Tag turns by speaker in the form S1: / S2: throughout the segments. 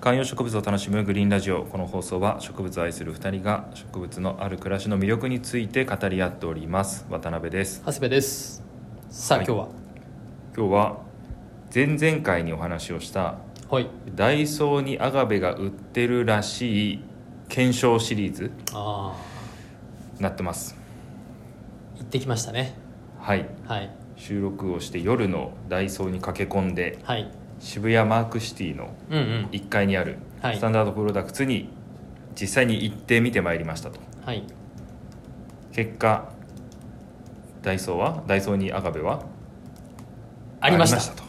S1: 観葉植物を楽しむグリーンラジオこの放送は植物を愛する2人が植物のある暮らしの魅力について語り合っております渡辺です
S2: 長谷部ですさあ、
S1: はい
S2: 今日は
S1: 今日は前々回にお話をした
S2: はい
S1: ダイソーにアガベが売ってるらしい検証シリーズ
S2: あ
S1: になってます
S2: ー行ってきましたね
S1: はい
S2: はい
S1: 収録をして夜のダイソーに駆け込んで
S2: はい
S1: 渋谷マークシティの
S2: うんうん
S1: 1階にある
S2: はい
S1: スタンダードプロダクツに実際に行ってみてまいりましたと
S2: はい
S1: 結果ダイソーはダイソーにアガベは
S2: ありました
S1: と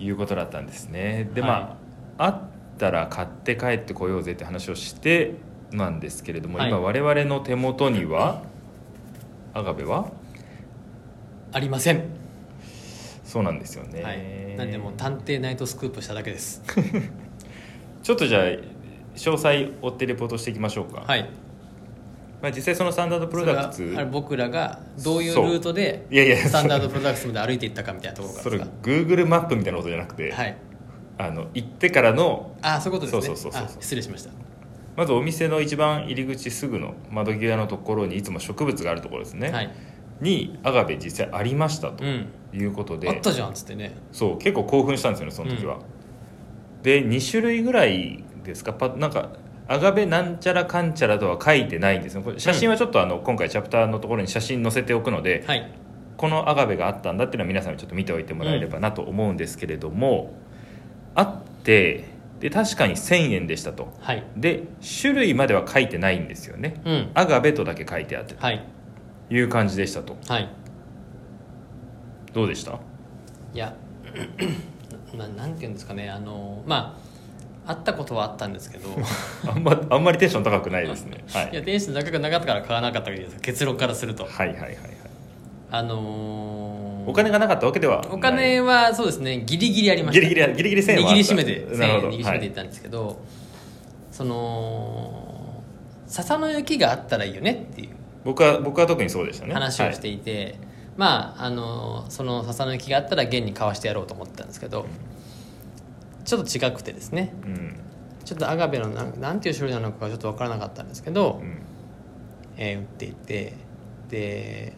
S1: いうことだったんですねで
S2: はい
S1: まあ、あったら買って帰ってこようぜって話をしてなんですけれども、
S2: はい
S1: 今我々の手元にはアガベは
S2: ありません、
S1: そうなんですよね、
S2: はいなんでもう探偵ナイトスクープしただけです
S1: ちょっとじゃあ詳細追ってレポートしていきましょうか、
S2: はい
S1: まあ、実際そのスタンダードプロダクツ
S2: それはあれ僕らがどういう
S1: そう
S2: ルートで
S1: いやいや
S2: スタンダードプロダクツまで歩いていったかみたいなところか
S1: そ
S2: ら
S1: れ
S2: ですか
S1: Google マップみたいなことじゃなくて、
S2: はい
S1: あの行ってからの
S2: ああそういうことですね
S1: そうそうそうそう
S2: あ失礼しました
S1: まずお店の一番入り口すぐの窓際のところにいつも植物があるところですね、
S2: はい
S1: にアガベ実際ありましたと
S2: うん
S1: いうことで、
S2: あったじゃんっつってね
S1: そう結構興奮したんですよねその時は、で2種類ぐらいですかパなんかアガベなんちゃらかんちゃらとは書いてないんですよこれ写真はちょっとあの、今回チャプターのところに写真載せておくので、
S2: はい
S1: このアガベがあったんだっていうのは皆さんにちょっと見ておいてもらえればなと思うんですけれども、あってで確かに1,000円でしたと
S2: はい
S1: で種類までは書いてないんですよね
S2: うん
S1: アガベとだけ書いてあってと
S2: はい
S1: いう感じでしたと
S2: はい
S1: どうでした
S2: いや ななんていうんですかねあのまあ会ったことはあったんですけど
S1: あんまあんまりテンション高くないです ね、はいい、
S2: や店主の仲がなかったから買わなかったわけですよ結論からすると
S1: はいはいはいはい
S2: あのー
S1: お金がなかったわけではない
S2: お金はそうですねギリギリありました
S1: ギリギリギリギリ1000円はあった
S2: 握りしめて
S1: なるほど
S2: 1000円握りしめていったんですけど、その笹の雪があったらいいよねっていう
S1: 僕は僕は特にそうでしたね
S2: 話をしていて、まああのその笹の木があったら現に買わしてやろうと思ってたんですけどちょっと違くてですね
S1: はいうん
S2: ちょっとアガベのなんなんていう種類なのかがちょっと分からなかったんですけど、
S1: うん
S2: えー売っていてで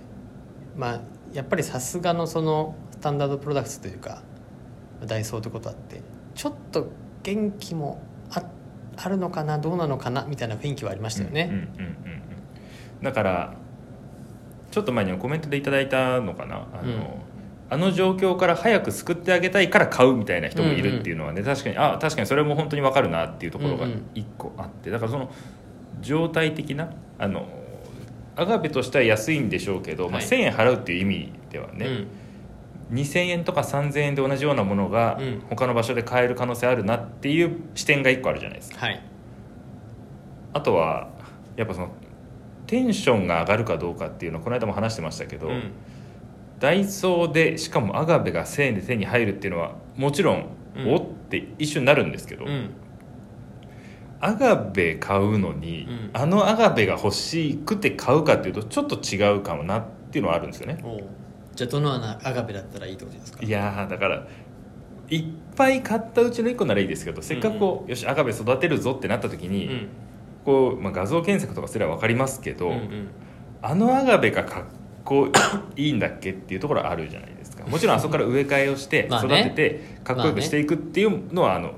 S2: まあやっぱりさすがのそのスタンダードプロダクツというかダイソーってことあってちょっと元気もああるのかなどうなのかなみたいな雰囲気はありましたよね。
S1: うんうんうんうんだからちょっと前にコメントでいただいたのかなあの,、
S2: うん
S1: あの状況から早く救ってあげたいから買うみたいな人もいるっていうのはね、確かにあ確かにそれも本当に分かるなっていうところが
S2: うんうん
S1: 一個あってだからその状態的なあのアガベとしては安いんでしょうけど、まあ、
S2: はい
S1: 1,000円払うっていう意味ではね、2,000円とか3,000円で同じようなものが
S2: うん
S1: 他の場所で買える可能性あるなっていう視点が1個あるじゃないです
S2: う
S1: か
S2: ん、。はい
S1: あとはやっぱそのテンションが上がるかどうかっていうのはこの間も話してましたけど、
S2: うん
S1: ダイソーでしかもアガベが1,000円で手に入るっていうのはもちろん、
S2: うん
S1: おって一瞬なるんですけど、
S2: うん
S1: アガベ買うのに、
S2: うん
S1: あのアガベが欲しくて買うかっていうとちょっと違うかもなっていうのはあるんですよね。
S2: おうじゃあどの穴アガベだったらいいってことですか
S1: いやーだからいっぱい買ったうちの1個ならいいですけどせっかくこう、よしアガベ育てるぞってなった時
S2: う
S1: に、
S2: ん
S1: こうまあ、画像検索とかすれば分かりますけど。
S2: うんうん
S1: あのアガベがかっこいいんだっけっていうところあるじゃない ですかもちろんあそこから植え替えをして
S2: まあ
S1: 育
S2: ね
S1: ててかっこよくしていくっていうのはあの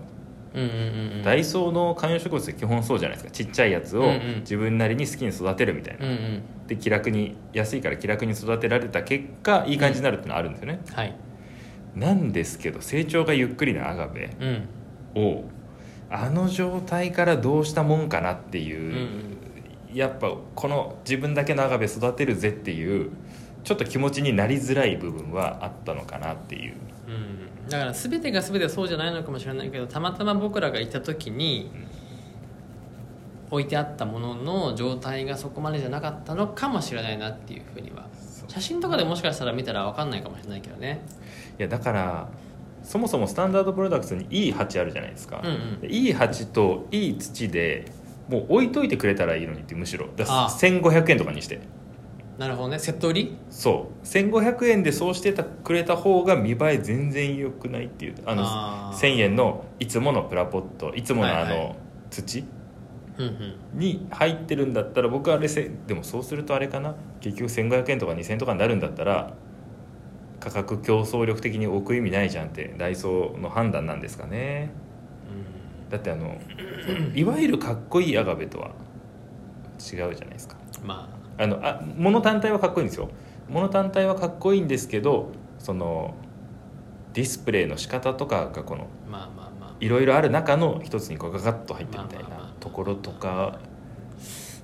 S2: うんうんうん
S1: ダイソーの観葉植物って基本そうじゃないですかちっちゃいやつ
S2: うん
S1: を
S2: うん
S1: 自分なりに好きに育てるみたい
S2: うん
S1: な
S2: うん
S1: で気楽に安いから気楽に育てられた結果いい感じになるっていうのはあるんですよね
S2: はい
S1: なんですけど成長がゆっくりなアガベ
S2: うん
S1: をあの状態からどうしたもんかなって
S2: う
S1: いうんやっぱこの自分だけのアガベ育てるぜっていうちょっと気持ちになりづらい部分はあったのかなっていう、
S2: うんだから全てが全てそうじゃないのかもしれないけどたまたま僕らがいた時に置いてあったものの状態がそこまでじゃなかったのかもしれないなっていうふうには
S1: そう
S2: 写真とかでもしかしたら見たら分かんないかもしれないけどね
S1: いやだからそもそもスタンダードプロダクツにいい鉢あるじゃないですか、
S2: うんうん
S1: でいい鉢といい土でもう置いといてくれたらいいのにってむしろだ
S2: ああ
S1: 1500円とかにして
S2: なるほどねセット売り
S1: そう1500円でそうしてたくれた方が見栄え全然良くないっていうあの
S2: あー
S1: 1000円のいつものプラポットいつものあ
S2: はいは
S1: の土
S2: うんうん
S1: に入ってるんだったら僕はあれせでもそうするとあれかな結局1500円とか2000円とかになるんだったら価格競争力的に置く意味ないじゃんってダイソーの判断なんですかねだってあのいわゆるかっこいいアガベとは違うじゃないですか
S2: うんまあ
S1: あのあ物単体はかっこいいんですよ物単体はかっこいいんですけどそのディスプレイの仕方とかがこの
S2: まあまあまあ
S1: いろいろある中の一つにこうガガッと入ってるみたい
S2: まあまあま
S1: な
S2: あ
S1: ところとか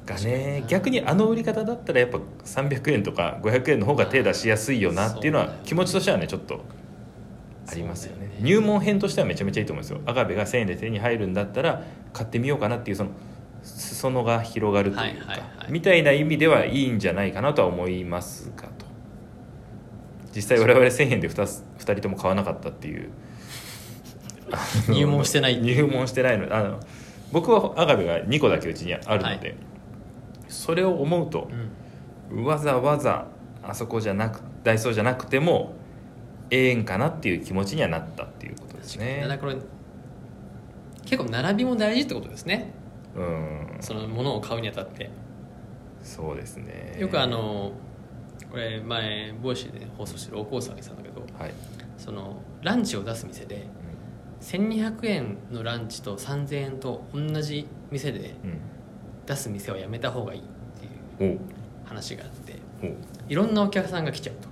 S1: が
S2: 確かに
S1: ね
S2: な
S1: 逆にあの売り方だったらやっぱ300円とか500円の方が手出しやすいよなっていうの
S2: そ
S1: は
S2: うだよね
S1: 気持ちとしてはねちょっとありますよね
S2: そうだよね
S1: 入門編としてはめちゃめちゃいいと思うんですよアガベが1000円で手に入るんだったら買ってみようかなっていうその裾野が広がるというか、
S2: はいはいはい
S1: みたいな意味ではいいんじゃないかなとは思いますがと実際我々1000円で 2, つ2人とも買わなかったっていう
S2: 入門してないっていう
S1: 入門してないのあの僕はアガベが2個だけうちにあるので、
S2: はい
S1: それを思うと
S2: う、ん
S1: わざわざあそこじゃなくダイソーじゃなくてもええんかなっていう気持ちにはなったっていうことですね
S2: だからこれ結構並びも大事ってことですね
S1: うん
S2: そのものを買うにあたって
S1: そうですね
S2: よくあのこれ前ボイシーで放送してる大河内さんが言ってたんだけど
S1: はい、
S2: そのランチを出す店で1200円のランチと3000円と同じ店で
S1: うん
S2: 出す店はやめた方がいいっていう
S1: うん、
S2: 話があって
S1: おお
S2: いろんなお客さんが来ちゃうと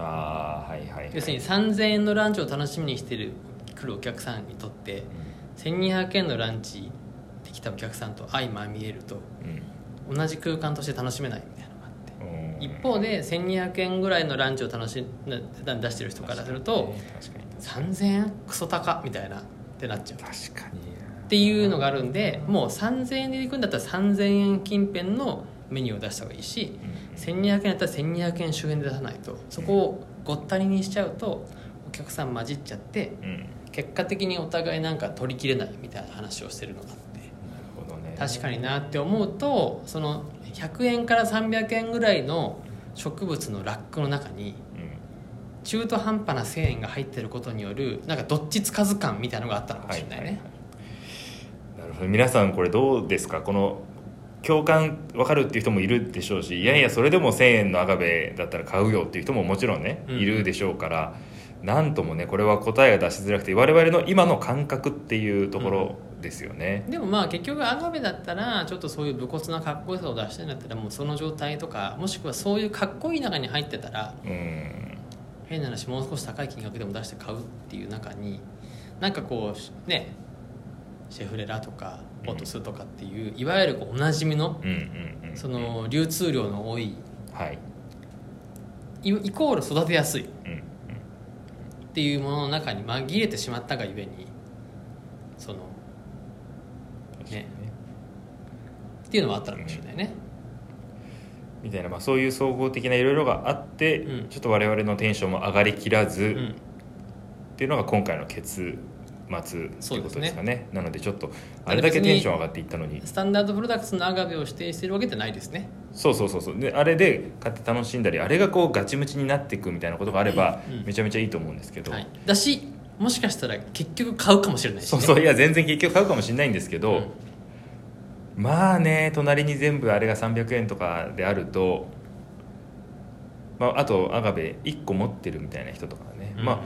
S1: ああはいはい、はい、
S2: 要するに3000円のランチを楽しみにしてる来るお客さんにとって1200円のランチで来たお客さんと相まみえると同じ空間として楽しめないみたいなのがあって
S1: うん、うん
S2: 一方で1200円ぐらいのランチを楽しんな値段出してる人からすると
S1: 確かに
S2: 3000円クソ高みたいなってなっちゃう
S1: 確かに
S2: っていうのがあるんでもう3000円で行くんだったら3000円近辺のメニューを出した方がいいし1200円だったら1200円周辺で出さないとそこをごったりにしちゃうとお客さん混じっちゃって
S1: うん、うん、なる
S2: 結果的にお互いなんか取りきれないみたいな話をしてるのがあって
S1: ほどね
S2: 確かになって思うとその100円から300円ぐらいの植物のラックの中に
S1: うん
S2: 中途半端な1000円が入ってることによるなんかどっちつかず感みたいなのがあったのかもしれないね、
S1: なるほど皆さんこれどうですかこの共感分かるっていう人もいるでしょうしいやいやそれでも1,000円のアガベだったら買うよっていう人ももちろんね
S2: うん
S1: いるでしょうから、なんともねこれは答えが出しづらくて我々の今の感覚っていうところですよね。
S2: でもまあ結局アガベだったらちょっとそういう武骨なかっこよさを出してるんだったらもうその状態とかもしくはそういうかっこいい中に入ってたら
S1: うん
S2: 変な話もう少し高い金額でも出して買うっていう中になんかこうねシェフレラとかポトスとかっていう、いわゆるこうおなじみの
S1: うんうんうん
S2: その流通量の多い
S1: はい、
S2: イイコール育てやすいっ
S1: うんうん、
S2: ていうものの中に紛れてしまったがゆえにそのねっていうのはあったのかもしれないね、
S1: みたいな、まあ、そういう総合的ないろいろがあって、
S2: うん
S1: ちょっと我々のテンションも上がりきらず、
S2: うん
S1: っていうのが今回の結末ということですかねなのでちょっとあれだけテンション上がっていったのに
S2: スタンダードプロダクツのアガベを指定してるわけじゃないですね
S1: そうそうそうそうであれで買って楽しんだりあれがこうガチムチになっていくみたいなことがあれば、
S2: うんうん
S1: めちゃめちゃいいと思うんですけど、
S2: はい、だしもしかしたら結局買うかもしれないし、ね、
S1: そうそういや全然結局買うかもしれないんですけど、まあね隣に全部あれが300円とかであると、まあ、あとアガベ1個持ってるみたいな人とかはね、
S2: うん
S1: まあ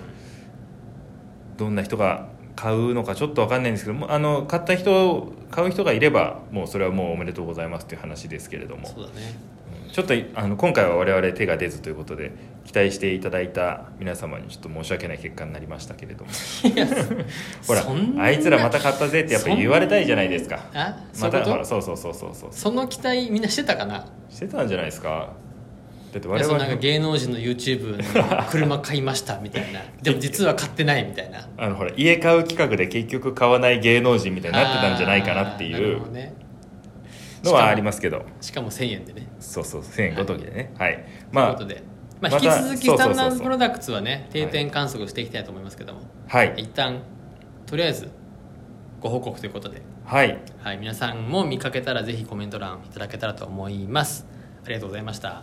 S1: どんな人が買うのかちょっと分かんないんですけどもあの買った人買う人がいればもうそれはもうおめでとうございますという話ですけれども
S2: そうだね
S1: ちょっとあの今回は我々手が出ずということで期待していただいた皆様にちょっと申し訳ない結果になりましたけれ どもほら
S2: そんな
S1: あいつらまた買ったぜってやっぱり言われたいじゃないですか
S2: あそ
S1: ま
S2: うい
S1: た
S2: うこ
S1: ほ
S2: と
S1: らそうそうそうそうそう
S2: その期待みんなしてたかな
S1: してたんじゃないですかだって
S2: い
S1: 我
S2: やその
S1: 々
S2: なんか芸能人の YouTube の車買いましたみたいなでも実は買ってないみ たいな
S1: あのほら家買う企画で結局買わない芸能人みたいになってたんじゃないかなって
S2: あーないる
S1: う
S2: ほどね
S1: のはありますけど
S2: しかも1000円でね
S1: そうそう1000円ごときでねはい、ま
S2: ということで、
S1: ま
S2: ま
S1: あ
S2: あ、引き続き
S1: また
S2: ス
S1: そうそうそう
S2: タ
S1: そう
S2: ンダードプロダクツはね定点観測していきたいと思いますけども、
S1: あはい
S2: 一旦とりあえずご報告ということで、
S1: はい
S2: はい、皆さんも見かけたらぜひコメント欄いただけたらと思いますありがとうございました